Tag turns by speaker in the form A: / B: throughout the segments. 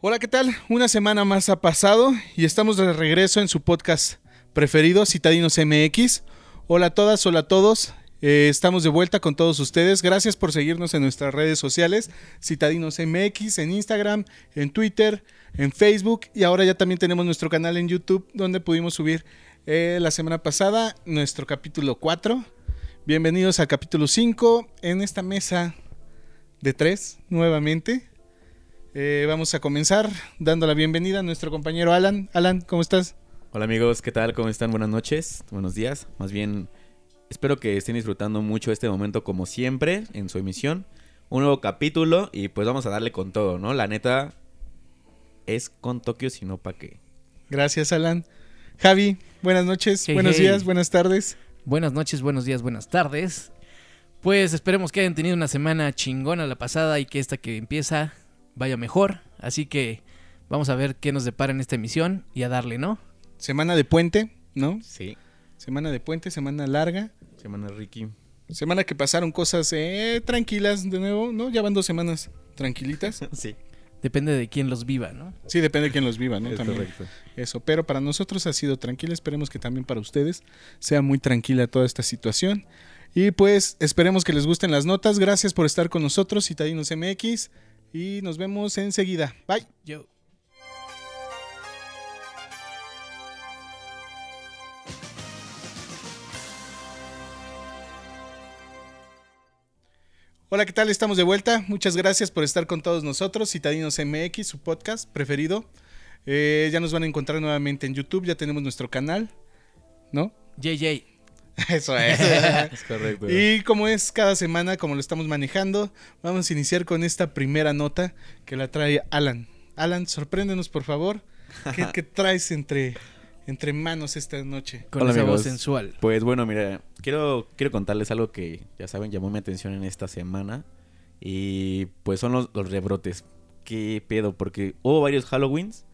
A: Hola, ¿qué tal? Una semana más ha pasado y estamos de regreso en su podcast preferido, Citadinos MX. Hola a todas, hola a todos. Eh, estamos de vuelta con todos ustedes. Gracias por seguirnos en nuestras redes sociales, Citadinos MX, en Instagram, en Twitter, en Facebook y ahora ya también tenemos nuestro canal en YouTube donde pudimos subir eh, la semana pasada nuestro capítulo 4. Bienvenidos al capítulo 5 en esta mesa de 3 nuevamente. Eh, vamos a comenzar dando la bienvenida a nuestro compañero Alan. Alan, ¿cómo estás?
B: Hola amigos, ¿qué tal? ¿Cómo están? Buenas noches, buenos días. Más bien, espero que estén disfrutando mucho este momento como siempre en su emisión. Un nuevo capítulo y pues vamos a darle con todo, ¿no? La neta es con Tokio, sino pa' qué.
A: Gracias, Alan. Javi, buenas noches,
C: Hey,
A: buenos
C: hey.
A: días, buenas tardes.
C: Buenas noches, buenos días, buenas tardes. Pues esperemos que hayan tenido una semana chingona la pasada y que esta que empieza vaya mejor. Así que vamos a ver qué nos depara en esta emisión y a darle, ¿no?
A: Semana de puente, ¿no?
B: Sí.
A: Semana de puente, semana larga.
B: Semana Ricky.
A: Semana que pasaron cosas eh, tranquilas de nuevo, ¿no? Ya van dos semanas tranquilitas.
B: Sí,
C: Depende de quién los viva, ¿no?
A: Sí, depende de quién los viva, ¿no?
B: es
A: También.
B: correcto.
A: Eso, pero para nosotros ha sido tranquila, esperemos que también para ustedes sea muy tranquila toda esta situación. Y pues esperemos que les gusten las notas. Gracias por estar con nosotros, Citadinos MX, y nos vemos enseguida. Bye.
C: Yo.
A: Hola, ¿qué tal? Estamos de vuelta. Muchas gracias por estar con todos nosotros, Citadinos MX, su podcast preferido. Eh, ya nos van a encontrar nuevamente en YouTube, ya tenemos nuestro canal, ¿no?
C: JJ.
A: Eso es.
B: Es correcto.
A: Y como es cada semana, como lo estamos manejando, vamos a iniciar con esta primera nota que la trae Alan. Alan, sorpréndenos por favor. ¿Qué, qué traes entre, entre manos esta noche?
C: Con
B: Hola,
C: esa
B: amigos.
C: voz sensual.
B: Pues bueno, mira, quiero, quiero contarles algo que, ya saben, llamó mi atención en esta semana. Y pues son los, los rebrotes. ¿Qué pedo? Porque hubo varios Halloweens.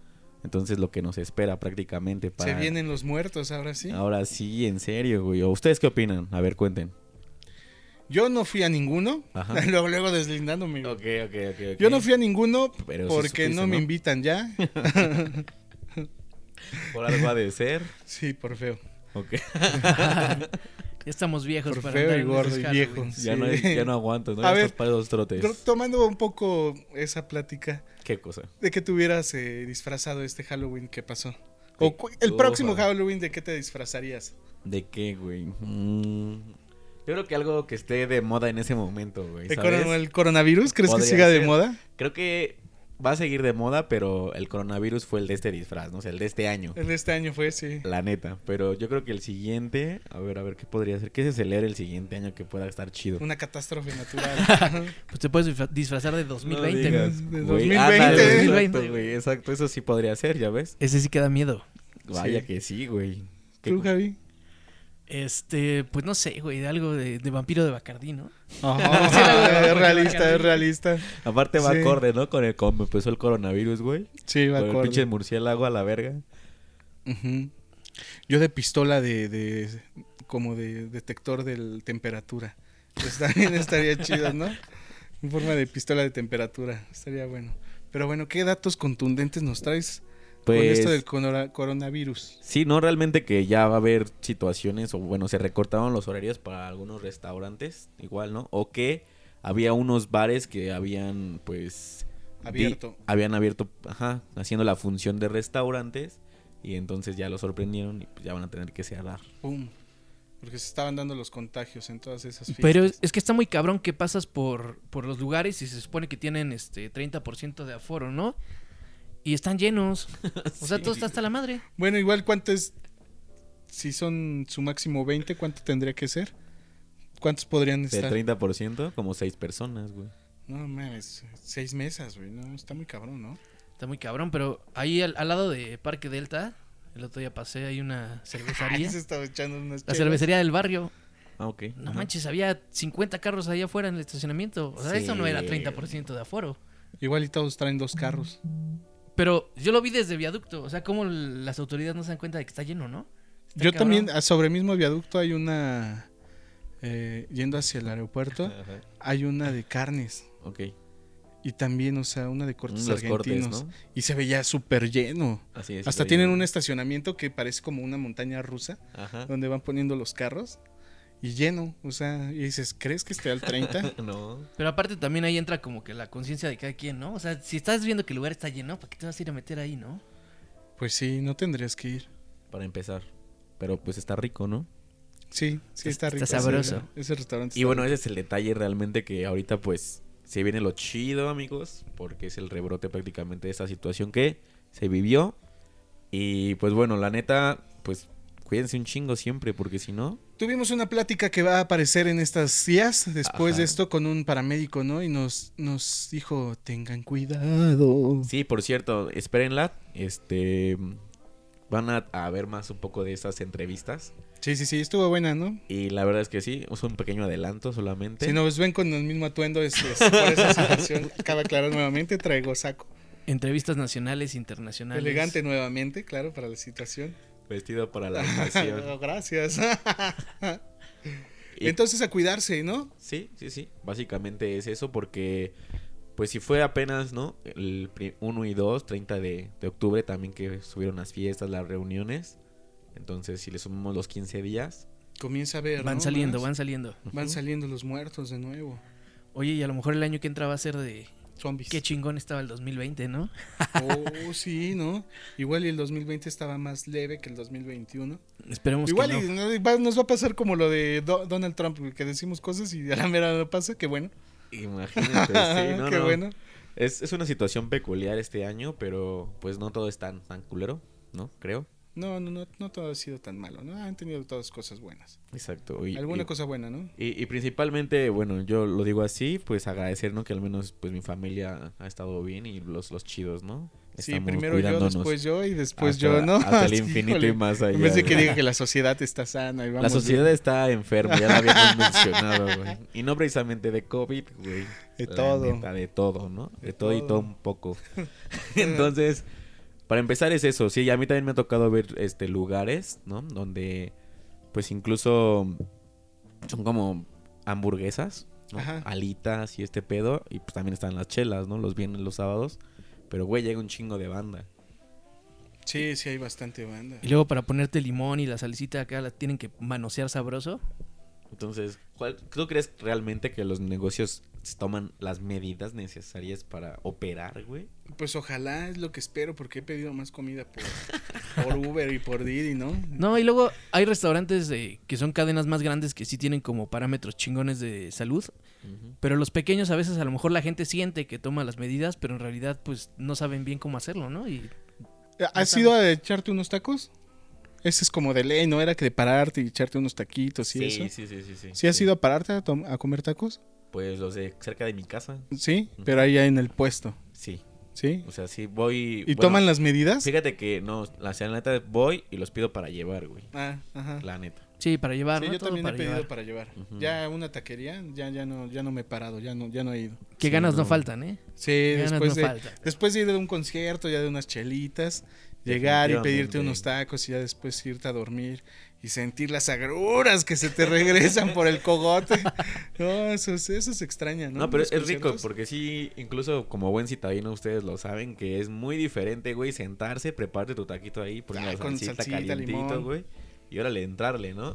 B: Entonces lo que nos espera prácticamente para...
A: Se vienen los muertos ahora sí.
B: Ahora sí, en serio, güey. ¿O ¿Ustedes qué opinan? A ver, cuenten.
A: Yo no fui a ninguno.
B: Ajá.
A: Luego, luego deslindándome.
B: ok, ok.
A: Yo no fui a ninguno
B: Pero sí
A: porque
B: supiste,
A: no me
B: ¿no?
A: invitan ya.
B: Por algo ha de ser.
A: Sí, por feo.
B: Ok.
C: Ya estamos viejos
A: Por
C: para
A: feo
C: andar
A: y
C: en
A: gordo
C: esos
A: y viejo.
C: Halloweens.
B: Ya, no,
A: Sí.
B: ya no aguanto, ¿no?
A: A
B: Ya
A: ver,
B: estás para los trotes.
A: Pero Tomando un poco esa plática,
B: ¿Qué cosa?
A: ¿de qué te hubieras eh, disfrazado este Halloween que pasó?
B: Qué
A: O cu- el próximo
B: cosa.
A: Halloween, ¿de qué te disfrazarías?
B: ¿De qué, güey? Mm, Yo creo que algo que esté de moda en ese momento, güey.
A: ¿El,
B: ¿sabes?
A: corona- el coronavirus crees que
B: Podría
A: siga de
B: ser.
A: moda?
B: Creo que va a seguir de moda, pero el coronavirus fue el de este disfraz, ¿no? O sea, el de este año.
A: El de este año fue, sí.
B: La neta. Pero yo creo que el siguiente. A ver, a ver, ¿qué podría ser? ¿Qué se celebra el siguiente año que pueda estar chido?
A: Una catástrofe natural.
C: Pues te puedes disfra- disfrazar de 2020.
B: No
C: güey.
B: digas,
A: De
B: güey.
A: 2020.
B: Ándale, exacto,
C: 2020.
B: güey, exacto, eso sí podría ser, ¿ya ves?
C: Ese sí que da miedo.
B: Vaya
A: Sí.
B: que sí, güey. ¿Qué-
A: ¿Tú, Javi?
C: Este, pues no sé, güey, de algo de, de vampiro de Bacardí, ¿no?
A: Ajá,
C: Sí, la verdad,
A: es realista,
C: porque
A: es realista.
B: Aparte va
A: Sí.
B: acorde, ¿no? Con el como empezó el coronavirus, güey.
A: Sí, me
B: Con el
A: acuerdo.
B: pinche murciélago a la verga.
A: Ujú. Yo de pistola de, de- como de detector de temperatura. Pues también estaría chido, ¿no? En forma de pistola de temperatura. Estaría bueno. Pero bueno, ¿qué datos contundentes nos traes
B: Pues
A: con esto del conora- coronavirus?
B: sí, no realmente que ya va a haber situaciones o bueno, se recortaron los horarios para algunos restaurantes, igual, ¿no? O que había unos bares que habían pues vi-
A: Abierto.
B: habían abierto, ajá, haciendo la función de restaurantes y entonces ya lo sorprendieron y pues ya van a tener que cerrar.
A: Pum. Porque se estaban dando los contagios en todas esas fiestas.
C: Pero es que está muy cabrón que pasas por, por los lugares y se supone que tienen este 30% de aforo, ¿no? Y están llenos. O sea, todo está hasta la madre.
A: Bueno, igual cuánto es. Si son su máximo 20, ¿cuánto tendría que ser? ¿Cuántos podrían
B: De
A: estar?
B: 30%, como 6 personas, güey.
A: No mames, seis mesas, güey. No, está muy cabrón, ¿no?
C: Está muy cabrón, pero ahí al, al lado de Parque Delta, el otro día pasé, hay una cervecería.
A: Ahí se estaba echando unas
C: la
A: chelas.
C: cervecería del barrio.
B: Ah, ok.
C: No
B: Ajá.
C: manches, había 50 carros allá afuera en el estacionamiento. O sea,
B: Sí.
C: eso no era 30% de aforo.
A: Igual y todos traen dos carros.
C: Pero yo lo vi desde viaducto. O sea, como las autoridades no se dan cuenta de que está lleno, ¿no? Está
A: Yo
C: cabrón.
A: también, ah, sobre el mismo viaducto hay una. eh, yendo hacia el aeropuerto,
B: Ajá,
A: hay una de carnes.
B: Ok.
A: Y Y también, o sea, una de cortes
B: Los cortes,
A: argentinos.
B: ¿no?
A: Y se veía súper lleno.
B: Así es.
A: Hasta
B: güey.
A: tienen un estacionamiento que parece como una montaña rusa,
B: Ajá.
A: donde van poniendo los carros. Y lleno, o sea, y dices, ¿crees que esté al 30?
B: No.
C: Pero aparte también ahí entra como que la conciencia de cada quien, ¿no? O sea, si estás viendo que el lugar está lleno, ¿para qué te vas a ir a meter ahí, no?
A: Pues sí, no tendrías que ir.
B: Para empezar. Pero pues está rico, ¿no?
A: Sí, sí está
C: Está
A: rico.
C: sabroso.
A: Ese, ese restaurante.
B: Y
A: está
B: bueno, ese es el detalle realmente que ahorita pues se viene lo chido, amigos, porque es el rebrote prácticamente de esta situación que se vivió. Y pues bueno, la neta, pues cuídense un chingo siempre, porque si no...
A: Tuvimos una plática que va a aparecer en estas días después
B: Ajá.
A: de esto con un paramédico, ¿no? Y nos, nos dijo, tengan cuidado.
B: Sí, por cierto, espérenla. Este... Van a, a ver más un poco de estas entrevistas.
A: Sí, sí, sí, estuvo buena, ¿no?
B: Y la verdad es que sí, es un pequeño adelanto solamente.
A: Si nos ven con el mismo atuendo, es, es por esa situación. Cabe aclarar nuevamente, traigo saco.
C: Entrevistas nacionales, internacionales.
A: Elegante nuevamente, claro, para la situación.
B: Vestido para la ocasión.
A: No, Gracias.
B: Y-
A: Entonces a cuidarse, ¿no?
B: Sí, sí, sí. Básicamente es eso porque, pues si fue apenas, ¿no? El 1 y 2, 30 de, de octubre también que subieron las fiestas, las reuniones. Entonces, si le sumamos los 15 días,
A: Comienza a ver.
C: Van
A: ¿no?
C: saliendo,
A: Más.
C: van saliendo.
A: Van saliendo los muertos de nuevo.
C: Oye, y a lo mejor el año que entra va a ser de...
A: Zombies.
C: Qué chingón estaba el 2020, ¿no?
A: Oh, sí, ¿no? Igual y el 2020 estaba más leve que el 2021.
C: Esperemos
A: Igual
C: que no.
A: y no- va- nos va a pasar como lo de Do- Donald Trump, que decimos cosas y a la mera no pasa, qué bueno.
B: imagínate. Pues sí, no,
A: qué
B: no.
A: bueno.
B: Es, es una situación peculiar este año, pero pues no todo es tan, tan culero, ¿no? Creo.
A: No, no, no, no todo ha sido tan malo, ¿no? Han tenido todas cosas buenas.
B: Exacto. y-
A: Alguna
B: y-
A: cosa buena, ¿no?
B: Y, y principalmente, bueno, yo lo digo así, pues agradecer, ¿no? Que al menos pues mi familia ha estado bien y los, los chidos, ¿no?
A: Sí,
B: Estamos
A: primero yo,
B: cuidándonos
A: después yo y después
B: hasta-
A: Pues yo, ¿no?
B: Hasta el infinito
A: Híjole.
B: y más allá.
A: En vez de que
B: güey.
A: diga que la sociedad está sana y vamos
B: La sociedad
A: bien.
B: está enferma, ya la habíamos mencionado, güey. Y no precisamente de COVID, güey.
A: De
B: La
A: todo.
B: neta, de todo, ¿no? De,
A: De
B: todo, y
A: todo.
B: todo un poco. Entonces, para empezar es eso, sí, a mí también me ha tocado ver este lugares, ¿no? Donde, pues incluso son como hamburguesas, ¿no?
A: Ajá.
B: alitas y este pedo. Y pues también están las chelas, ¿no? Los viernes, los sábados. Pero, güey, llega un chingo de banda.
A: Sí, sí, hay bastante banda.
C: Y luego para ponerte limón y la salicita acá la tienen que manosear sabroso.
B: Entonces, ¿cuál- ¿tú crees realmente que los negocios se toman las medidas necesarias para operar, güey?
A: Pues ojalá es lo que espero, porque he pedido más comida por, por Uber y por Didi, ¿no?
C: No, y luego hay restaurantes de- que son cadenas más grandes que sí tienen como parámetros chingones de salud. Pero los pequeños a veces a lo mejor la gente siente que toma las medidas, pero en realidad pues no saben bien cómo hacerlo, ¿no? Y
A: ¿Has ido a echarte unos tacos? Ese es como de ley, ¿no? Era que de pararte y echarte unos taquitos y Pues eso.
B: sí, sí, sí, sí.
A: ¿Sí has ido a pararte a, tom- a comer tacos?
B: Pues los de cerca de mi casa,
A: Sí, pero ahí en el puesto,
B: sí.
A: ¿sí?
B: O sea, sí, voy...
A: ¿Y toman las medidas?
B: Fíjate que no, la, la neta voy y los pido para llevar, güey.
A: Ah, ajá.
B: La neta.
C: sí, para llevar,
A: Sí,
C: ¿no?
A: yo
C: Todo
A: también he
C: para
A: pedido
C: llevar.
A: para llevar.
B: Ujú.
A: Ya una taquería, ya, ya no, ya no me he parado, ya no, ya no he ido.
C: Que
B: Sí,
C: ganas no.
B: no.
C: faltan, ¿eh?
A: Sí,
C: Ganas
A: después
C: no
A: de,
C: faltan.
A: Después de ir de un concierto, ya de unas chelitas, llegar y pedirte
B: Definitivamente.
A: unos tacos y ya después irte a dormir y sentir las agruras que se te regresan por el cogote. No, eso, es- eso se extraña, ¿no?
B: No, pero
A: Los
B: es rico
A: conciertos.
B: porque sí, incluso como buen citadino ustedes lo saben que es muy diferente, güey, sentarse, preparte tu taquito ahí, poner
A: Ah,
B: la
A: con
B: salsita,
A: salsita,
B: calientito,
A: limón.
B: güey, y órale entrarle, ¿no?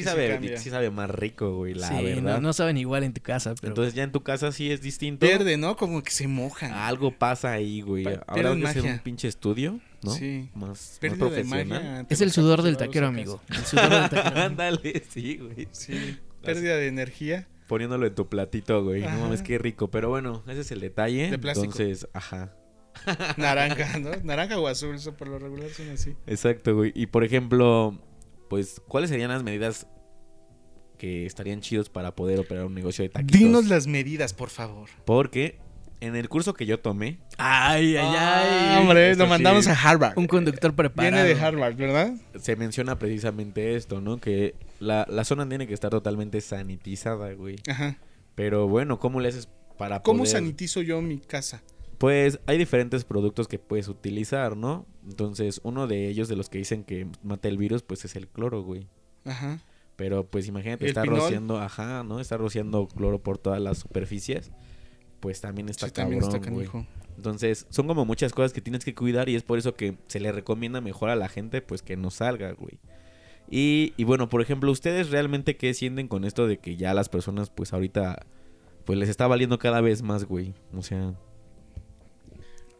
A: Sí, sí
B: sabe,
A: cambia.
B: sí sabe más rico, güey, la
C: sí, no-
B: verdad.
C: No, saben igual en tu casa, pero
B: Entonces ya en tu casa sí es distinto.
A: Pierde, ¿no? Como que se mojan.
B: Algo pasa ahí, güey.
A: Pa-
B: Habrá
A: pierden
B: que hacer un
A: magia.
B: pinche estudio, ¿no?
A: Sí.
B: Más, más
A: Pérdida de
B: profesional.
A: magia.
C: es el sudor del taquero,
A: Activados
C: amigo. El sudor del taquero.
B: Ándale, sí, güey.
A: acá. Sí, pérdida de energía.
B: Poniéndolo en tu platito, güey. No
A: Ajá.
B: mames, qué rico. Pero bueno, ese es el detalle.
A: De plástico.
B: Entonces, ajá.
A: Naranja, ¿no? Naranja o azul, eso por lo regular son así.
B: Exacto, güey. Y por ejemplo, pues, ¿cuáles serían las medidas que estarían chidos para poder operar un negocio de taquitos?
A: Dinos las medidas, por favor.
B: Porque en el curso que yo tomé,
C: Ay, ay, ay.
A: Ah, hombre,
B: Eso
A: lo
B: sí.
A: mandamos a Harvard.
C: Un conductor preparado.
A: Viene de Harvard, ¿verdad?
B: se menciona precisamente esto, ¿no? Que la, la zona tiene que estar totalmente sanitizada, güey.
A: Ajá.
B: Pero bueno, ¿cómo le haces para
A: ¿Cómo
B: poder-
A: sanitizo yo mi casa?
B: Pues hay diferentes productos que puedes utilizar, ¿no? Entonces, uno de ellos, de los que dicen que mata el virus, pues es el cloro, güey.
A: Ajá.
B: Pero pues imagínate,
A: ¿El
B: está
A: pinol?
B: rociando, ajá, ¿no? Está rociando cloro por todas las superficies. pues también está
A: Sí,
B: cabrón,
A: también está
B: güey.
A: canijo.
B: Entonces, son como muchas cosas que tienes que cuidar y es por eso que se le recomienda mejor a la gente, pues, que no salga, güey. Y, y bueno, por ejemplo, ¿ustedes realmente qué sienten con esto de que ya las personas, pues, ahorita, pues, les está valiendo cada vez más, güey? O sea...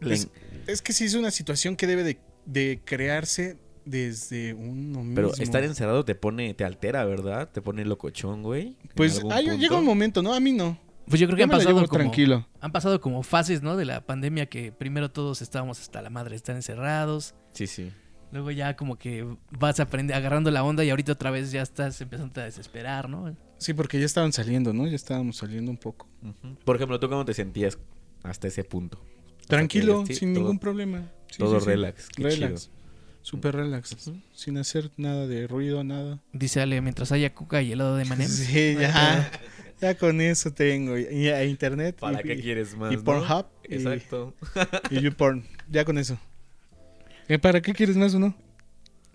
B: le-
A: Es- Es que sí es una situación que debe de, de crearse desde uno mismo.
B: Pero estar encerrado te pone, te altera, ¿verdad? Te pone locochón, güey. en
A: Pues
B: algún
A: ah, yo-
B: punto.
A: llega un momento, ¿no? A mí no.
C: Pues yo creo que
A: Yo
C: han
A: me la
C: pasado
A: llevo
C: como,
A: tranquilo.
C: han pasado como fases, ¿no? De la pandemia que primero todos estábamos hasta la madre, están encerrados.
B: Sí, sí.
C: Luego ya como que vas aprender, agarrando la onda y ahorita otra vez ya estás empezando a desesperar, ¿no?
A: Sí, porque ya estaban saliendo, ¿no? Ya estábamos saliendo un poco.
B: Ujú. Por ejemplo, ¿tú cómo te sentías hasta ese punto? Hasta
A: Tranquilo,
B: que- sí,
A: sin
B: todo-
A: ningún problema. Sí,
B: todo
A: sí, sí.
B: relax. Qué
A: Relax.
B: chido.
A: Súper relax. Sin hacer nada de ruido, nada.
C: Dice Ale, mientras haya cuca y helado de manem.
A: Sí, ya. Ya con eso tengo. Y a internet.
B: ¿Para
A: y,
B: qué quieres más?
A: y
B: no?
A: Pornhub, y-
B: Exacto.
A: Y YouPorn. Ya con eso. ¿Eh, ¿Para qué quieres más o no?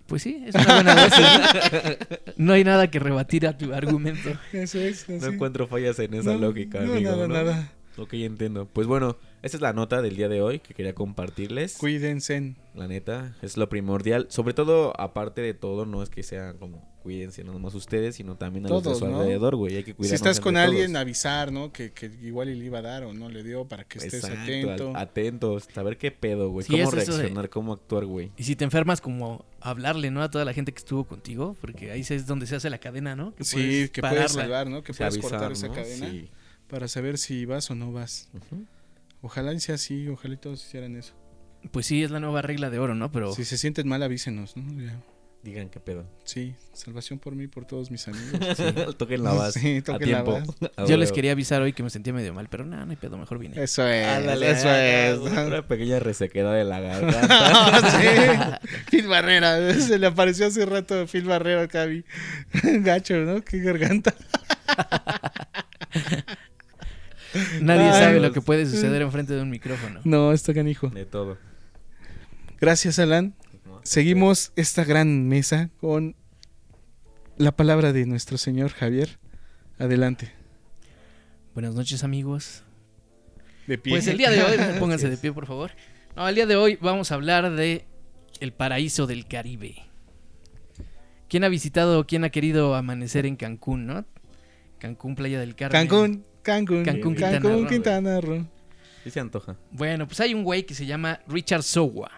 C: Pues sí, es una buena dosis. ¿no? No hay nada que rebatir a tu argumento.
A: Eso es.
B: No
A: así.
B: encuentro fallas en esa
A: No,
B: lógica,
A: no,
B: amigo.
A: nada,
B: ¿no?
A: nada.
B: Ok, entiendo. Pues bueno, esa es la nota del día de hoy que quería compartirles.
A: Cuídense.
B: La neta, es lo primordial. Sobre todo, aparte de todo, no es que sea como cuídense nada más ustedes, sino también a los
A: Todos,
B: de su
A: ¿no?
B: alrededor, güey. Hay que cuidarnos
A: si estás
B: entre
A: con alguien,
B: todos.
A: avisar, ¿no? Que, que igual y le iba a dar o no le dio para que estés
B: Exacto,
A: atento.
B: al- atentos, saber qué pedo, güey.
C: Sí,
B: cómo
C: es eso de-
B: reaccionar, cómo actuar, güey.
C: Y si te enfermas, como hablarle, ¿no? A toda la gente que estuvo contigo, porque ahí es donde se hace la cadena, ¿no? Que
A: sí,
C: puedes
A: que
C: pararla.
A: puedes salvar, ¿no? Que
B: O sea,
A: puedes cortar
B: avisar,
A: esa
B: ¿no?
A: cadena
B: Sí.
A: para saber si vas o no vas.
B: Ujú.
A: Ojalá y sea así, ojalá y todos hicieran eso.
C: Pues sí, es la nueva regla de oro, ¿no?
B: Oh.
C: Pero
A: Si se sienten mal, avísenos, ¿no? Ya.
B: Digan qué pedo.
A: Sí, salvación por mí, y por todos mis amigos.
B: toquen la base.
A: Sí,
B: a
A: toquen la
B: tiempo.
A: base.
B: A
C: yo les
B: huevo.
C: quería avisar hoy que me sentía medio mal, pero nada, no hay pedo, mejor vine.
A: Eso es,
B: Ándale,
A: eso
B: ah,
A: es.
B: Una pequeña resequedad de la garganta.
A: sí. Phil Barrera, se le apareció hace rato Phil Barrera acá a mí. Gacho, ¿no? Qué garganta.
C: Nadie
A: Ay,
C: sabe
B: Dios.
C: lo que puede suceder enfrente de un micrófono.
A: No, está canijo.
B: de todo.
A: Gracias, Alan. Seguimos esta gran mesa con la palabra de nuestro señor Javier. Adelante.
C: Buenas noches, amigos.
A: De
C: Pues el día de hoy, pónganse de pie, por favor. No, el día de hoy vamos a hablar de el paraíso del Caribe. ¿Quién ha visitado o quién ha querido amanecer en Cancún, no? Cancún, Playa del Carmen.
A: Cancún, Cancún, Cancún,
C: Cancún, Quintana Roo,
A: Cancún,
C: güey.
A: Quintana Roo.
B: Sí se antoja.
C: Bueno, pues hay un güey que se llama Richard Sowa.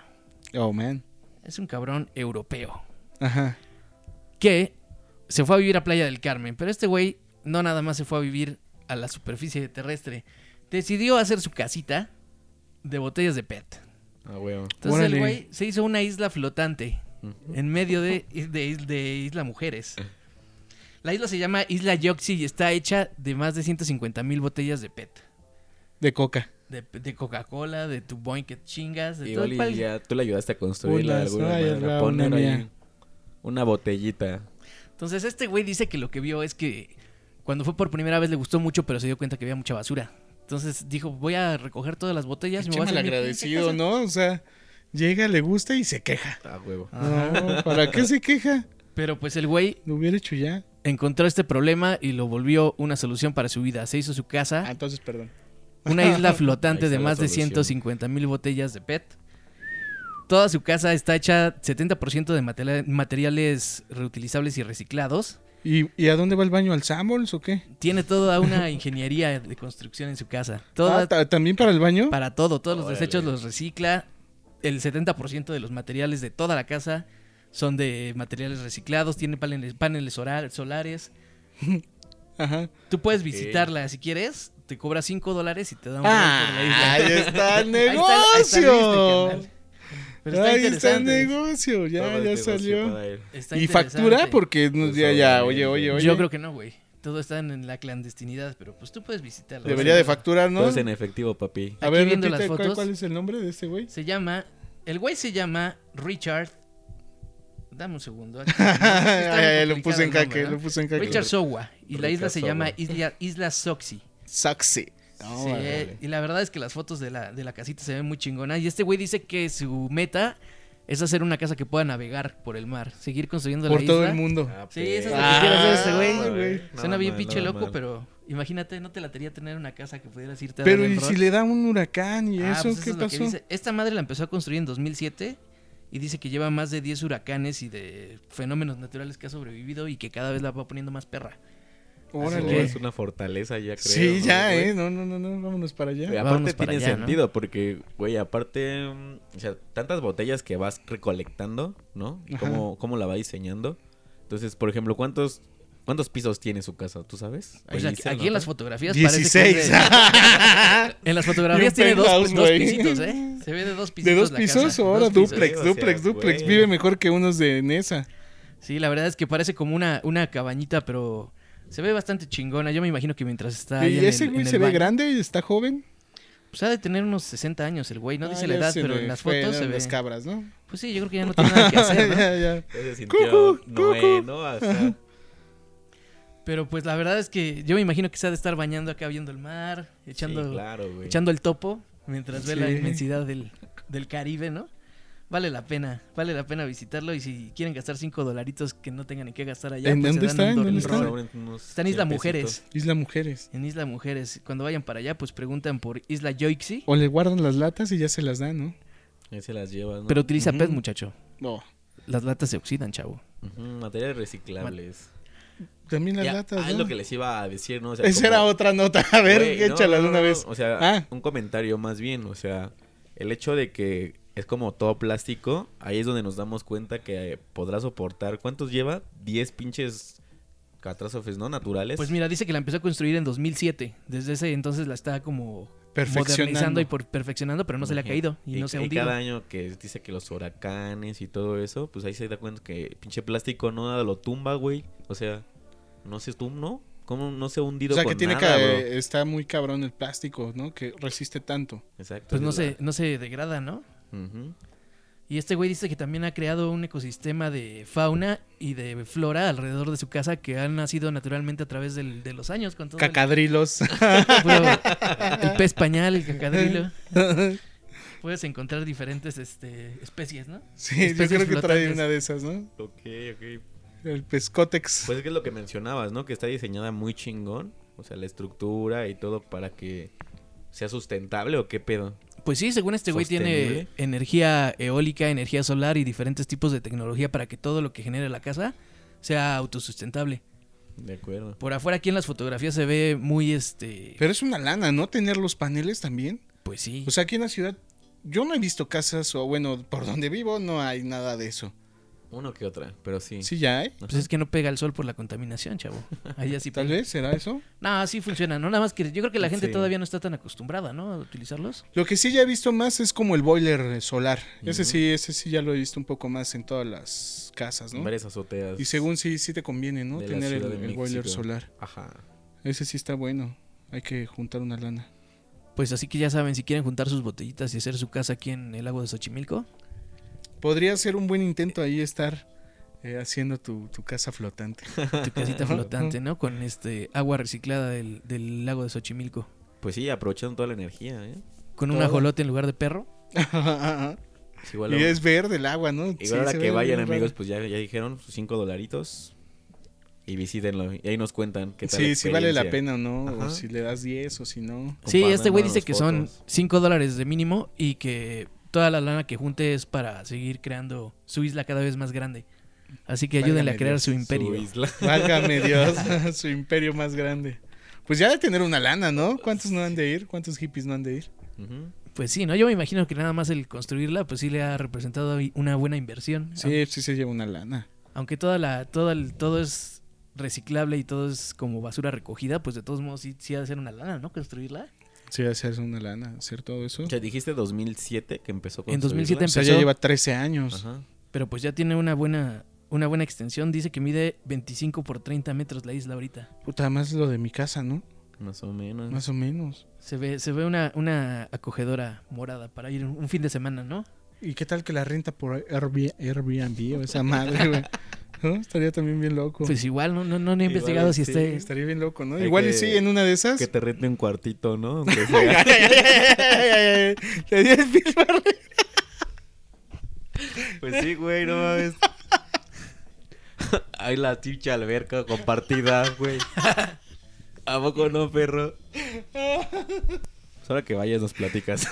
A: Oh, man.
C: Es un cabrón europeo
A: Ajá.
C: que se fue a vivir a Playa del Carmen. Pero este güey no nada más se fue a vivir a la superficie terrestre. Decidió hacer su casita de botellas de PET.
B: A huevo.
C: Entonces el
A: Órale.
C: güey se hizo una isla flotante en medio de, de- de Isla Mujeres. La isla se llama Isla Yoxi y está hecha de más de 150 mil botellas de PET.
A: De coca.
C: De, de Coca-Cola, de tu boing que chingas, de todo
B: Igual
C: Pues el
B: y
C: pal-
B: ya tú le ayudaste a construirla de
A: Unas,
B: alguna
A: ay,
B: manera.
A: ra-
B: Poner
A: una
B: ahí
A: mía.
B: una botellita.
C: Entonces este güey dice que lo que vio es que cuando fue por primera vez le gustó mucho, pero se dio cuenta que había mucha basura. Entonces dijo, voy a recoger todas las botellas y me
A: Pinche
C: voy a hacer mi
A: malagradecido,
C: pinche
A: ¿no? O sea, llega, le gusta y se queja.
B: A huevo.
A: No, ¿para qué se queja?
C: casa". Pero pues el güey
A: Lo hubiera hecho ya.
C: encontró este problema y lo volvió una solución para su vida. Se hizo su casa
A: Ah, entonces, perdón.
C: Una isla
B: Ahí
C: flotante
B: está
C: de
B: la
C: más de
B: solución.
C: 150 mil botellas de PET. Toda su casa está hecha 70% de matela- materiales reutilizables y reciclados.
A: ¿Y, y a dónde va el baño? ¿Al Samuels o qué?
C: Tiene toda una ingeniería de construcción en su casa.
A: Ah,
C: Toda,
A: ¿ta- ¿También para el baño?
C: para todo, todos los
B: Órale.
C: desechos los recicla. El 70% de los materiales de toda la casa son de materiales reciclados. Tiene paneles, paneles oral- solares.
A: Ajá.
C: Tú puedes
B: Ok.
C: visitarla si quieres. Te cobra 5 dólares y te da un rol por la isla.
A: Ah, ahí está el
C: Ahí está- ahí está el
A: negocio.
C: liste, carnal. Pero está
A: ahí está el
C: interesante.
A: negocio, ya,
B: Todo
A: ya
B: el negocio
A: salió.
B: para él.
C: Está
A: Y factura
C: interesante.
A: porque nos
B: Pues,
A: ya, ya,
B: obviamente.
A: oye, oye, oye.
C: Yo creo que no, güey. Todo está en la clandestinidad, pero pues tú puedes visitarlo.
A: debería de facturar, ¿no?
B: Todos Pues en efectivo, papi.
A: A
C: Aquí
A: ver,
C: viendo las
A: repite, ¿cuál,
C: fotos.
A: cuál es el nombre de este güey?
C: Se llama. El güey se llama Richard. Dame un segundo. aquí. Está muy
A: Ay, lo puse en
C: complicado el
A: caque,
C: nombre, ¿no?
A: lo puse en caque.
C: Richard Sowa. Y la
B: Richard
C: isla se
B: Sowa.
C: llama Isla, isla Soxy.
A: Saxi. No,
C: Sí, eh,
A: vale.
C: y la verdad es que las fotos de la, de la casita se ven muy chingonas. Y este güey dice que su meta es hacer una casa que pueda navegar por el mar, seguir construyendo
A: Por
C: la
A: todo
C: isla.
A: el mundo.
C: Sí, eso es lo que
A: Ah,
C: quiere hacer este güey.
A: güey.
B: No,
C: Suena bien
B: man,
C: pinche
B: no,
C: loco,
B: man.
C: pero Imagínate, no te latería tener una casa que pudieras irte a
A: Pero
C: dar el
A: ¿y
C: rol?
A: si le da un huracán y
C: Ah,
A: eso?
C: pues
A: ¿Qué
C: es lo que
A: pasó?
C: dice. Esta madre la empezó a construir en 2007 y dice que lleva más de 10 huracanes y de fenómenos naturales que ha sobrevivido y que cada vez la va poniendo más perra.
A: Órale.
B: Oh, es una fortaleza ya, creo.
A: Sí,
B: ¿no,
A: ya,
B: güey?
A: ¿eh? No, no, no, no, vámonos para allá.
B: Güey,
C: Vámonos
B: aparte
C: para
B: tiene
C: allá, ¿no?
B: sentido, porque, güey, aparte, mm, o sea, tantas botellas que vas recolectando, ¿no? Y
A: Ajá.
B: cómo, cómo la va diseñando. Entonces, por ejemplo, ¿cuántos, cuántos pisos tiene su casa? ¿Tú sabes?
C: Pues
B: Ahí
C: aquí,
B: se
C: aquí en
B: nota.
C: las fotografías parece que
A: 16.
C: es de- En las fotografías
A: Y un
C: tiene dos,
A: penthouse,
C: dos
A: güey.
C: pisitos, ¿eh? Se ve de dos pisitos
A: ¿De dos
C: la
A: pisos?
C: casa,
A: Ahora
C: dos pisos.
A: duplex,
B: O sea,
A: duplex, duplex.
B: güey.
A: Vive mejor que unos de Nesa.
C: Sí, la verdad es que parece como una, una cabañita, pero se ve bastante chingona. Yo me imagino que mientras está ahí en
A: y ese
C: el-
A: güey
C: en el
A: se ve
C: baño-
A: grande y está joven.
C: Pues ha de tener unos 60 años el güey. No
A: Ah,
C: dice la
A: ya
C: edad,
A: se
C: pero
A: le
C: en las
A: fue,
C: fotos
A: ¿no?
C: se ve.
A: Las cabras, ¿no?
C: Pues sí, yo creo que ya no tiene nada que hacer, ¿no?
A: Ya, ya.
B: Ya se sintió
A: Cucú,
B: Noé,
A: cucú.
B: ¿no? O sea,
C: Pero pues la verdad es que yo me imagino que se ha de estar bañando acá viendo el mar, echando,
B: sí, claro, güey.
C: echando el topo, mientras ve la
A: Sí.
C: inmensidad del, del Caribe, ¿no? Vale la pena, vale la pena visitarlo y si quieren gastar cinco dolaritos que no tengan en qué gastar allá,
A: ¿En
C: pues se
A: dónde
C: dan
A: está?
C: un
A: ¿En
C: dólar.
A: dónde
B: Pero
A: está?
B: abren unos
C: Está en Isla
B: 100
C: Mujeres.
A: Isla Mujeres.
C: En Isla Mujeres. Cuando vayan para allá, pues preguntan por Isla Yoixi,
A: O le guardan las latas y ya se las dan, ¿no?
B: pesitos. Ahí se las llevas, ¿no?
C: pero utiliza
A: Ujú.
C: PET, muchacho.
A: No.
C: Las latas se oxidan, chavo.
B: Ujú, materiales reciclables.
A: También las
B: Ya,
A: latas.
B: ah, es
A: ¿no?
B: lo que les iba a decir, ¿no? O sea,
A: Esa
B: como-
A: era otra nota. A ver,
B: Güey, no,
A: échala
B: no,
A: de una
B: no, no.
A: vez.
B: O sea,
A: Ah.
B: un comentario más bien. O sea, el hecho de que es como todo plástico, ahí es donde nos damos cuenta que podrá soportar. ¿Cuántos lleva? 10 pinches catástrofes, ¿no? Naturales.
C: Pues mira, dice que la empezó a construir en 2007. Desde ese entonces la está como
A: Perfeccionando.
C: modernizando y por- perfeccionando, pero no se le ha
B: Ujú.
C: caído y,
B: y
C: no se ha
B: y
C: hundido.
B: cada año que dice que los huracanes y todo eso, pues ahí se da cuenta que pinche plástico no nada lo tumba, güey. O sea, no se tumba, ¿no? ¿Cómo no se ha hundido
A: O sea,
B: con
A: que tiene
B: nada,
A: que. eh,
B: bro?
A: Está muy cabrón el plástico, ¿no? Que resiste tanto.
B: Exacto.
C: Pues no
B: es la-
C: se, no se degrada, ¿no?
B: Ujú.
C: Y este güey dice que también ha creado un ecosistema de fauna y de flora alrededor de su casa que han nacido naturalmente a través del- de los años. Con todo el-
A: Cacadrilos.
C: puro- el pez pañal, el cacadrilo. Puedes encontrar diferentes este, especies, ¿no?
A: sí, yo
C: Especies
A: creo que trae
C: flotantes.
A: una de esas, ¿no?
B: Ok, ok.
A: El pescotex.
B: Pues es que es lo que mencionabas, ¿no? Que está diseñada muy chingón. O sea, la estructura y todo para que sea sustentable o qué pedo.
C: Pues sí, según este güey tiene
B: Sostenible.
C: energía eólica, energía solar y diferentes tipos de tecnología para que todo lo que genere la casa sea autosustentable.
B: De acuerdo.
C: Por afuera aquí en las fotografías se ve muy este,
A: Pero es una lana, ¿no? Tener los paneles también.
C: pues sí.
A: O sea, aquí en la ciudad. Yo no he visto casas, o bueno, por donde vivo no hay nada de eso.
B: Uno que otra, pero sí.
A: Sí, ya hay.
C: Pues es que no pega el sol por la contaminación, chavo. Allá sí.
A: Tal
C: pega.
A: vez, ¿será eso?
C: No, así funciona, ¿no? Nada más que yo creo que la gente
B: Sí.
C: todavía no está tan acostumbrada, ¿no? A utilizarlos.
A: Lo que sí ya he visto más es como el boiler eh, solar. Ese sí, ese sí ya lo he visto un poco más en todas las casas, ¿no?
B: Varias azoteas.
A: Y según sí, sí te conviene, ¿no?
B: de la
A: Tener el,
B: Ciudad de
A: el
B: México.
A: boiler solar.
B: Ajá.
A: Ese sí está bueno. Hay que juntar una lana.
C: Pues así que ya saben, si quieren juntar sus botellitas y hacer su casa aquí en el lago de Xochimilco,
A: Podría ser un buen intento ahí estar eh, haciendo tu, tu casa flotante.
C: tu casita flotante, ¿no? Con este agua reciclada del, del lago de Xochimilco.
B: Pues sí, aprovechando toda la energía, ¿eh?
C: Con un
A: Todo.
C: ajolote en lugar de perro.
B: Es Pues igual
A: y
B: a-
A: es verde el agua, ¿no?
B: igual
A: Sí,
B: ahora
A: se
B: que
A: ve
B: vayan,
A: bien
B: amigos,
A: raro.
B: pues ya, ya dijeron sus 5 dolaritos. Y visítenlo. Y ahí nos cuentan qué tal. la
A: Sí, sí vale la
B: experiencia.
A: pena o no. O
B: Ajá.
A: si le das 10 o si no.
C: Sí, este
B: Compártanos
C: güey dice que son
B: fotos.
C: 5 dólares de mínimo y que toda la lana que junte es para seguir creando su isla cada vez más grande. Así que ayúdenle
A: Válgame
C: a crear
A: Dios,
C: su imperio.
B: Su isla.
A: Válgame Dios, su imperio más grande. Pues ya de tener una lana, ¿no? ¿Cuántos no han de ir? ¿Cuántos hippies no han de ir?
B: Ujú.
C: Pues sí, ¿no? Yo me imagino que nada más el construirla, pues sí le ha representado ahí una buena inversión.
A: Sí, sí se lleva una lana.
C: Aunque toda la, toda el- todo es reciclable y todo es como basura recogida, pues de todos modos sí, sí ha de ser una lana, ¿no? Construirla.
A: Sí, hacer una lana, hacer todo eso.
B: O sea, dijiste 2007 que empezó con
C: En 2007
A: O sea, ya
C: empezó.
A: lleva 13 años.
B: Ajá.
C: Pero pues ya tiene una buena, una buena extensión. Dice que mide 25 por 30 metros la isla ahorita.
A: Puta, más lo de mi casa, ¿no?
B: Más o menos.
A: Más o menos.
C: Se ve, se ve una, una acogedora morada para ir un un fin de semana, ¿no?
A: ¿Y qué tal que la renta por Airbnb, Airbnb o esa madre, güey? ¿No? Estaría también bien loco.
C: Pues igual, no, no, no, no he
B: Igual,
C: investigado si
B: sí.
C: esté.
A: Estaría bien loco, ¿no?
B: Hay
A: Igual y
B: que-
A: sí, en una de esas.
B: Que te rente un cuartito, ¿no? Aunque sea.
A: Te di el mismo re-
B: pues sí, güey, no mames. Hay la chicha alberca compartida, güey. ¿A poco no, perro? Pues ahora que vayas nos platicas.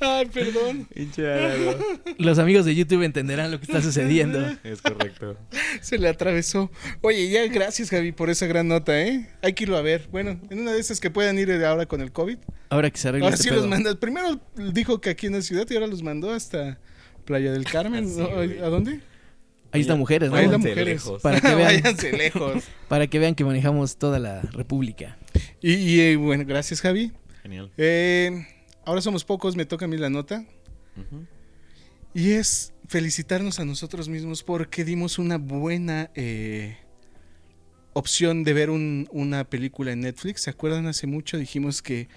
A: Ay, perdón.
B: Pinche Aragón.
C: Los amigos de YouTube entenderán lo que está sucediendo.
B: Es correcto.
A: Se le atravesó. Oye, ya gracias, Javi, por esa gran nota, ¿eh? Hay que irlo a ver. Bueno, en una de esas que puedan ir ahora con el COVID.
C: Ahora que se arregle
A: Ahora
C: este
A: sí
C: pedo.
A: los manda. Primero dijo que aquí en la ciudad y ahora los mandó hasta Playa del
C: Ah,
A: Carmen.
B: Sí,
A: ¿no?
B: güey.
A: ¿A dónde?
C: Ahí están mujeres, ¿no?
A: Ahí están
B: Váyanse
A: mujeres.
B: lejos.
C: Para que vean.
A: Váyanse lejos.
C: Para que vean que manejamos toda la república.
A: Y, y, eh, bueno, gracias, Javi.
B: Genial.
A: Eh, ahora somos pocos, me toca a mí la nota.
B: Ujú.
A: Y es felicitarnos a nosotros mismos porque dimos una buena eh, opción de ver un- una película en Netflix. ¿Se acuerdan? Hace mucho dijimos que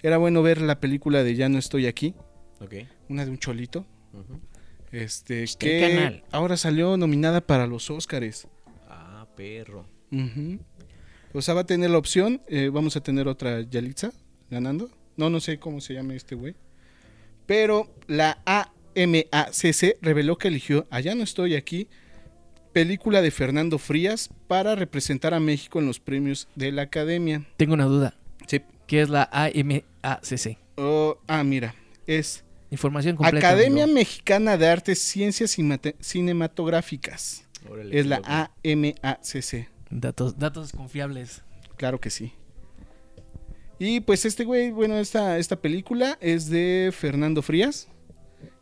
A: era bueno ver la película de Ya no estoy aquí,
B: Ok.
A: una de un cholito.
B: Ujú.
A: Este,
C: Este
A: que
C: canal.
A: ahora salió nominada para los Óscares.
B: Ah, perro.
A: Ujú. O sea, va a tener la opción. eh, vamos a tener otra Yalitza ganando. No, no sé cómo se llama este güey. Pero la AMACC reveló que eligió Allá no estoy aquí, película de Fernando Frías para representar a México en los premios de la academia.
C: Tengo una duda.
A: Sí.
C: ¿Qué es la AMACC?
A: Oh, ah, mira. Es
C: Información completa.
A: Academia
C: amigo.
A: Mexicana de Artes, Ciencias y Mate- Cinematográficas.
B: Órale,
A: Es
B: qué
A: la
B: loco.
A: AMACC.
C: Datos, datos confiables.
A: Claro que sí. Y pues este güey, bueno, esta, esta película es de Fernando Frías,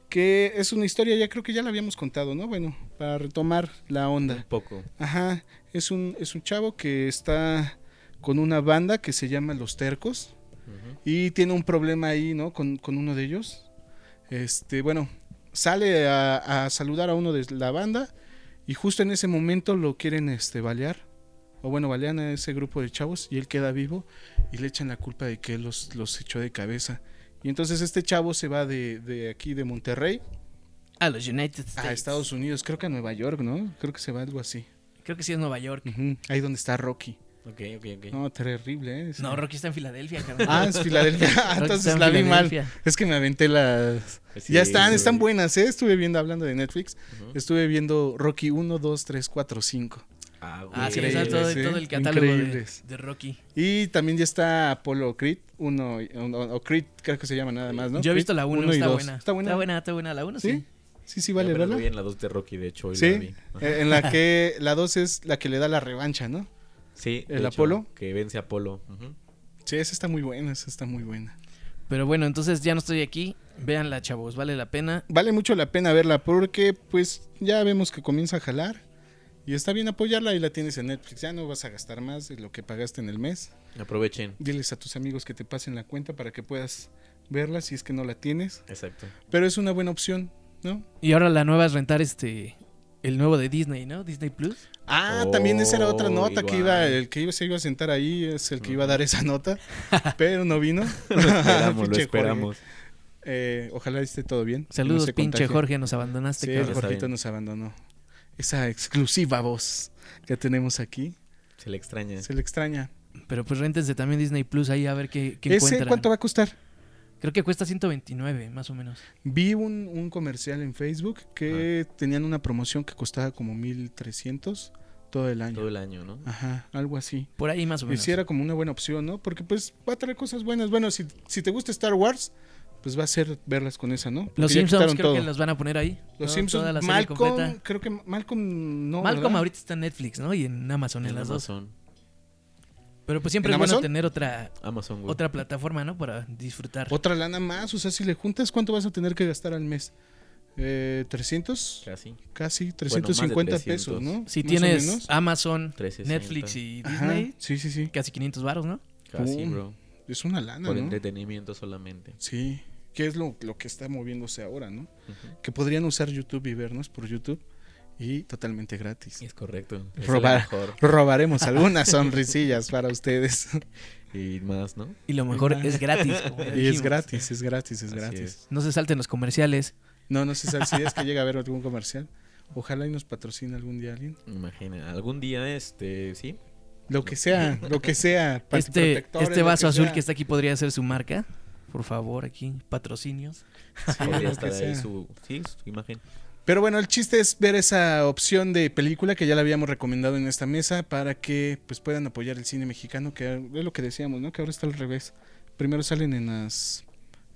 A: que es una historia, ya creo que ya la habíamos contado, ¿no? Bueno, para retomar la
B: Un
A: onda.
B: poco.
A: Ajá, es un, es un chavo que está con una banda que se llama Los Tercos
B: Ujú.
A: y tiene un problema ahí, ¿no? Con, con uno de ellos. Este, bueno, sale a, a saludar a uno de la banda y justo en ese momento lo quieren este, balear. O bueno, balean a ese grupo de chavos y él queda vivo y le echan la culpa de que él los, los echó de cabeza. Y entonces este chavo se va de, de aquí, de Monterrey,
C: A los United States.
A: a Ah, Estados Unidos, creo que a Nueva York, ¿no? Creo que se va algo así.
C: Creo que sí es Nueva York.
A: Ujú, Ahí donde está Rocky.
B: Ok, ok, ok.
A: No, terrible, ¿eh? Ese-
C: No, Rocky está en Filadelfia, carnal.
A: Ah, es Filadelfia. Ah,
C: Rocky está
A: Entonces
C: en
A: la vi mal.
C: Filadelfia.
A: Es que me aventé las.
B: Pues Sí,
A: ya están,
B: güey.
A: están buenas, ¿eh? Estuve viendo, hablando de Netflix,
B: Ujú.
A: estuve viendo Rocky 1, 2, 3, 4, 5.
B: Ah, güey.
C: Ah, sí,
A: Increíbles,
C: está todo,
A: ¿eh?
C: todo el catálogo de,
A: Increíbles.
C: de Rocky.
A: Y también ya está Apolo Creed 1, y- o, o Creed, creo que se llama nada más, ¿no?
C: Yo he
A: Creed
C: visto la 1,
A: y
C: está
A: dos.
C: buena.
A: Está buena.
C: Está buena, está buena. La 1 sí.
A: ¿Sí? Sí, sí, vale,
B: Yo apenas
A: ¿verdad?
B: vi en la 2 de Rocky, de hecho. y la vi.
A: Sí,
B: Ajá.
A: eh, en la que la 2 es la que le da la revancha, ¿no?
B: Sí. de
A: ¿El
B: hecho,
A: Apolo?
B: Que vence a Apolo. Ujú.
A: Sí, esa está muy buena, esa está muy buena.
C: Pero bueno, entonces ya no estoy aquí. Véanla, chavos, vale la pena.
A: Vale mucho la pena verla porque, pues, ya vemos que comienza a jalar y está bien apoyarla y la tienes en Netflix. Ya no vas a gastar más de lo que pagaste en el mes.
B: Aprovechen.
A: Diles a tus amigos que te pasen la cuenta para que puedas verla si es que no la tienes.
B: Exacto.
A: Pero es una buena opción, ¿no?
C: Y ahora la nueva es rentar este. El nuevo de Disney, ¿no? Disney Plus.
A: Ah,
B: Oh,
A: también esa era otra nota que iba,
B: igual.
A: el que iba, se iba a sentar ahí, es el que iba a dar esa nota, pero no vino.
B: Lo esperamos, lo
A: Pinche Jorge.
B: esperamos.
A: Eh, ojalá esté todo bien. que no
C: Saludos,
A: se
C: pinche
A: contagie.
C: Jorge, nos abandonaste.
A: Sí,
C: Este cabrón.
A: el
B: Está
A: Jorgito
B: bien.
A: nos abandonó. Esa exclusiva voz que tenemos aquí,
B: Se le extraña.
A: se le extraña.
C: Pero pues réntense también Disney Plus ahí a ver qué, qué
A: ¿Ese
C: encuentran.
A: cuánto va a costar?
C: Creo que cuesta 129, más o menos.
A: Vi un, un comercial en Facebook que tenían una promoción que costaba como 1300 todo el año.
B: Todo el año, ¿no?
A: Ajá, algo así.
C: Por ahí más o
A: Y
C: menos.
A: sí era como una buena opción, ¿no? Porque pues va a traer cosas buenas. Bueno, si, si te gusta Star Wars, pues va a ser verlas con esa, ¿no? Porque
C: Los
A: ya
C: Simpsons
A: quitaron
C: creo que
A: todo.
C: los van a poner
A: Los
C: ahí. Toda- toda la
A: Simpsons,
C: serie
A: Malcolm,
C: completa.
A: creo que Malcolm no.
C: Malcolm
A: ¿verdad?
C: ahorita está en Netflix, ¿no? Y en Amazon, en,
B: En
C: las
B: Amazon.
C: dos. Pero pues siempre
A: ¿En
C: es bueno
A: Amazon?
C: tener otra,
B: Amazon, güey.
C: otra plataforma, ¿no? Para disfrutar.
A: Otra lana más, o sea, si le juntas, ¿cuánto vas a tener que gastar al mes? Eh, 300,
B: Casi.
A: casi
B: más de
A: 350 pesos, ¿no?
C: si
A: Más o menos.
C: tienes Amazon,
B: 360.
C: Netflix y
A: Ajá,
C: Disney,
A: sí, sí, sí.
C: casi 500 varos, ¿no?
B: Casi,
A: Pum.
B: bro.
A: Es una lana,
B: Por
A: ¿no?
B: entretenimiento solamente.
A: Sí, que es lo, lo que está moviéndose ahora, ¿no?
B: Ujú.
A: Que podrían usar YouTube y vernos por YouTube y totalmente gratis.
B: Es correcto. Es
A: Robar.
B: lo mejor.
A: Robaremos algunas sonrisillas para ustedes.
B: Y más, ¿no?
A: Pues
C: Y lo mejor es gratis. como ya
A: y es
C: dijimos.
A: gratis, es gratis, es
B: Así
A: gratis.
B: es.
C: No se salten los comerciales.
A: No, no sé si es que llega a ver algún comercial. Ojalá y nos patrocine algún día alguien.
B: Imagina, algún día, este, sí.
A: Lo que sea, lo que sea.
C: Este,
A: protectores,
C: este
A: lo
C: vaso azul
A: sea.
C: que está aquí podría ser su marca. Por favor, aquí, patrocinios.
A: Sí,
B: podría
A: lo
B: estar
A: que
B: ahí
A: sea.
B: su, sí, su imagen.
A: Pero bueno, el chiste es ver esa opción de película que ya la habíamos recomendado en esta mesa para que pues puedan apoyar el cine mexicano, que es lo que decíamos, ¿no? Que ahora está al revés. Primero salen en las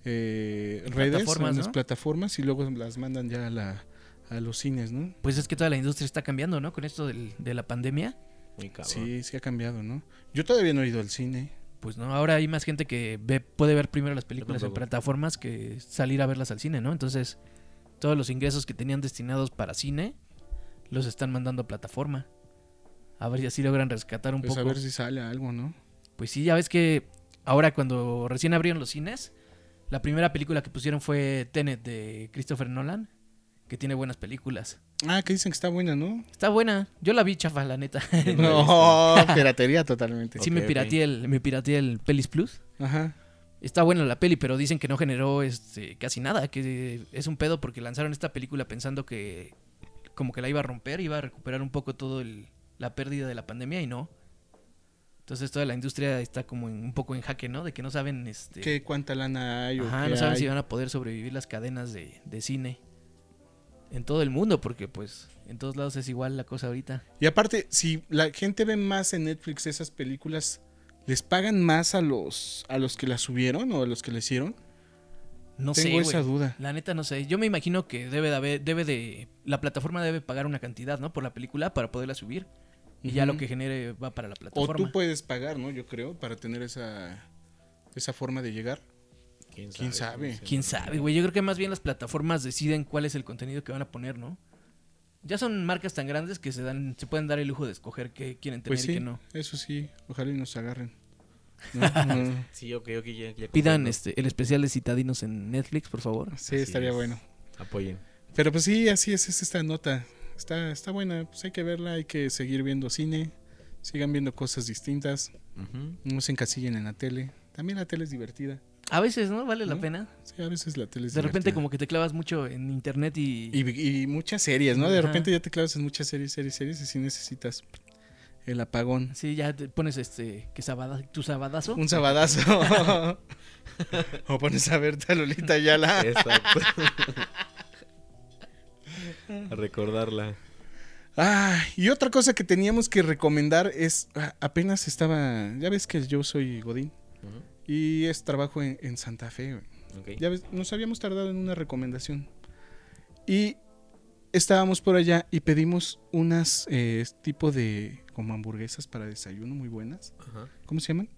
A: eh, redes,
C: Plataformas,
A: en las
C: ¿no?
A: plataformas y luego las mandan ya a, la- a los cines, ¿no?
C: Pues es que toda la industria está cambiando, ¿no? Con esto del- de la pandemia.
B: Muy cabrón.
A: Sí, sí ha cambiado, ¿no? Yo todavía no he ido al cine.
C: Pues no, ahora hay más gente que ve, puede ver primero las películas en
B: tampoco.
C: plataformas que salir a verlas al cine, ¿no? Entonces, todos los ingresos que tenían destinados para cine los están mandando a plataforma. A ver si así logran rescatar un
A: Pues a
C: poco.
A: ver si sale algo, ¿no?
C: Pues sí, ya ves que ahora cuando recién abrieron los cines, la primera película que pusieron fue Tenet de Christopher Nolan, que tiene buenas películas.
A: Ah, que dicen que está buena, ¿no?
C: Está buena, yo la vi chafa, la neta.
B: Yo no la he
A: No, piratería totalmente.
C: sí me
B: Ok, ok.
C: pirateé el, me pirateé el Pelis Plus.
A: Ajá.
C: Está buena la peli, pero dicen que no generó este, casi nada, que es un pedo porque lanzaron esta película pensando que como que la iba a romper, iba a recuperar un poco todo el- la pérdida de la pandemia y no. Entonces toda la industria está como en- un poco en jaque, ¿no? De que no saben este
A: ¿Qué cuánta lana hay? o
C: Ajá,
A: qué
C: no saben
A: hay?
C: si van a poder sobrevivir las cadenas de, de cine en todo el mundo, porque pues en todos lados es igual la cosa ahorita.
A: Y aparte, si la gente ve más en Netflix esas películas, ¿les pagan más a los a los que las subieron o a los que la hicieron?
C: No
A: Tengo
C: sé,
A: esa
C: güey.
A: duda.
C: La neta no sé. Yo me imagino que debe de haber- debe de la plataforma debe pagar una cantidad, ¿no? Por la película para poderla subir y ya
A: Ujú.
C: lo que genere va para la
A: O
C: plataforma.
A: tú puedes pagar, ¿no? Yo creo, para tener esa, esa forma de llegar.
B: ¿Quién
A: ¿Quién sabe?
C: Quién sabe, güey. Yo creo que más bien las plataformas deciden cuál es el contenido que van a poner, ¿no? Ya son marcas tan grandes que se dan se pueden dar el lujo de escoger qué quieren tener
A: Pues
C: y
A: sí,
C: qué no.
A: eso sí. Ojalá y nos agarren. No, no.
B: Sí, ok, ok, ya, ya
C: Pidan
B: comprendo.
C: este el especial de Citadinos en Netflix, por favor.
A: Sí,
B: Así
A: estaría
B: es.
A: bueno.
B: Apoyen.
A: Pero pues sí, así es, es esta nota. Está, está buena, pues hay que verla, hay que seguir viendo cine, sigan viendo cosas distintas,
B: Ujú.
A: no se encasillen en la tele. También la tele es divertida.
C: A veces, ¿no? Vale la
A: ¿No?
C: pena.
A: Sí, a veces la tele es
C: De repente
A: divertida.
C: como que te clavas mucho en internet y,
A: Y, y muchas series, ¿no? De
C: Ajá.
A: repente ya te clavas en muchas series, series, series, y si necesitas el apagón.
C: sí, ya te pones este que sabada, tu sabadazo.
A: Un sabadazo. o pones a ver a Lolita Ayala.
B: Exacto. A recordarla.
A: Ah, y otra cosa que teníamos que recomendar es, ah, apenas estaba, ya ves que yo soy Godín
B: Ujú.
A: y es trabajo en, en Santa Fe. güey.
B: Ok.
A: Ya ves, nos habíamos tardado en una recomendación. Y estábamos por allá y pedimos unas eh, tipo de como hamburguesas para desayuno muy buenas.
B: Ajá.
A: ¿Cómo se llaman?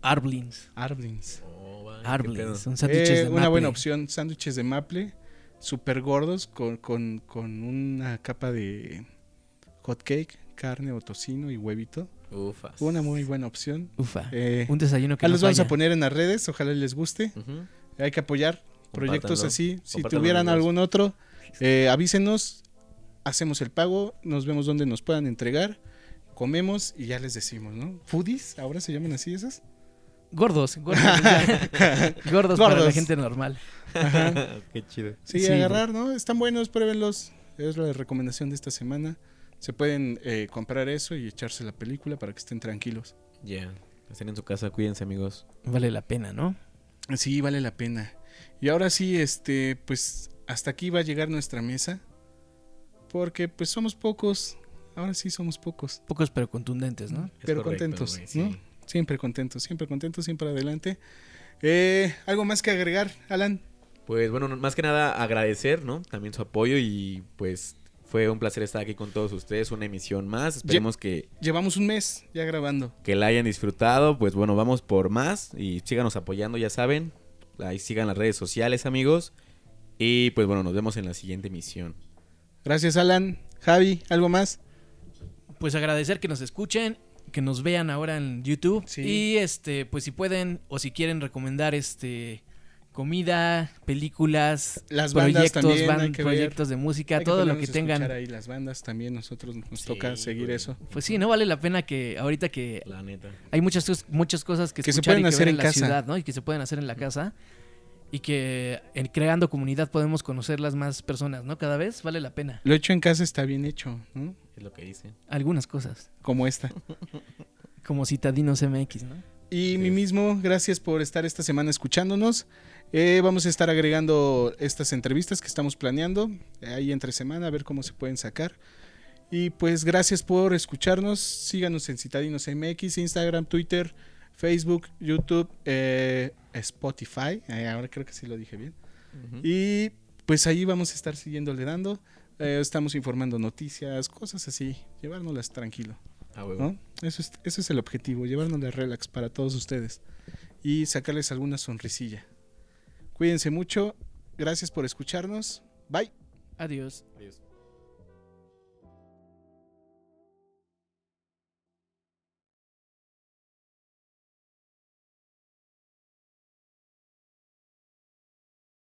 C: Arblins.
A: Arblins.
B: Oh, va, qué pedo.
C: Arblins. Son sándwiches
A: Eh,
C: de
A: una buena
C: maple.
A: opción, sándwiches de maple, super gordos, con, con- con una capa de hot cake, carne o tocino y huevito.
B: Ufas.
A: Una muy buena opción.
C: Ufa.
A: Eh,
C: Ah, un desayuno que
A: ya
C: no
A: los vamos a
C: falla.
A: poner en las redes, ojalá les guste.
B: Ujú.
A: Hay que apoyar proyectos
B: Compártanlo.
A: así. Si
B: Compártanlo,
A: tuvieran
B: amigos.
A: algún otro, eh, avísenos, hacemos el pago, nos vemos donde nos puedan entregar, comemos y ya les decimos, ¿no? Foodies, ahora se llaman así esas.
C: Gordos, gordos. ya. gordos para la
A: Gordos.
C: gente normal.
B: Qué chido.
A: Sí,
C: Sí,
A: agarrar, ¿no? Están buenos, pruébenlos. Es la recomendación de esta semana. Se pueden eh, comprar eso y echarse la película para que estén tranquilos.
B: Ya. Estén en su casa, cuídense, amigos.
C: Vale la pena, ¿no?
A: Sí, vale la pena. Y ahora sí, este, pues hasta aquí va a llegar nuestra mesa. Porque pues somos pocos. Ahora sí somos pocos.
C: Pocos pero contundentes, ¿no?
B: Es
A: Pero
B: correcto,
A: contentos,
B: güey, sí.
A: ¿no? Siempre contentos, siempre contentos, siempre adelante. Eh, ¿Algo más que agregar, Alan?
B: Pues bueno, no- más que nada agradecer, ¿no? También su apoyo y pues fue un placer estar aquí con todos ustedes, una emisión más. Esperemos que,
A: Llevamos un mes ya grabando.
B: que la hayan disfrutado. Pues bueno, vamos por más y síganos apoyando, ya saben. Ahí sigan las redes sociales, amigos. Y pues bueno, nos vemos en la siguiente emisión.
A: Gracias, Alan. Javi, ¿algo más?
C: Pues agradecer que nos escuchen, que nos vean ahora en YouTube.
A: Sí.
C: Y este, pues si pueden o si quieren recomendar este comida, películas,
A: Las bandas también,
C: van-
A: hay que ver.
C: proyectos de música,
A: Hay
C: todo lo que
A: ponernos a escuchar
C: tengan.
A: ahí las bandas también nosotros nos
B: Sí,
A: toca seguir
B: güey.
A: eso
C: Pues sí, no vale la pena que ahorita que
B: La neta.
C: hay muchas cos- muchas cosas que,
A: Que se
C: escuchar y
A: pueden
C: que
A: hacer
C: ver
A: en
C: la
A: casa.
C: ciudad, ¿no? Y que se pueden hacer en la casa y que en, creando comunidad podemos conocer las más personas, ¿no? Cada vez vale la pena.
A: lo hecho en casa está bien hecho ¿no?
B: Es lo que dicen.
C: Algunas cosas,
A: como esta
C: como Citadinos MX, ¿no?
A: Y mi mismo, gracias por estar esta semana escuchándonos. Eh, vamos a estar agregando estas entrevistas que estamos planeando eh, ahí entre semana, a ver cómo se pueden sacar. Y pues gracias por escucharnos. Síganos en Citadinos MX, Instagram, Twitter, Facebook, YouTube, eh, Spotify. Eh, ahora creo que sí lo dije bien. Y pues ahí vamos a estar siguiéndole dando. Eh, estamos informando noticias, cosas así. Llevárnoslas tranquilo.
B: Ah, huevo.
A: ¿no? Eso es, eso es el objetivo, llevárnosla relax para todos ustedes y sacarles alguna sonrisilla. Cuídense mucho, gracias por escucharnos, bye.
C: Adiós.
B: Adiós.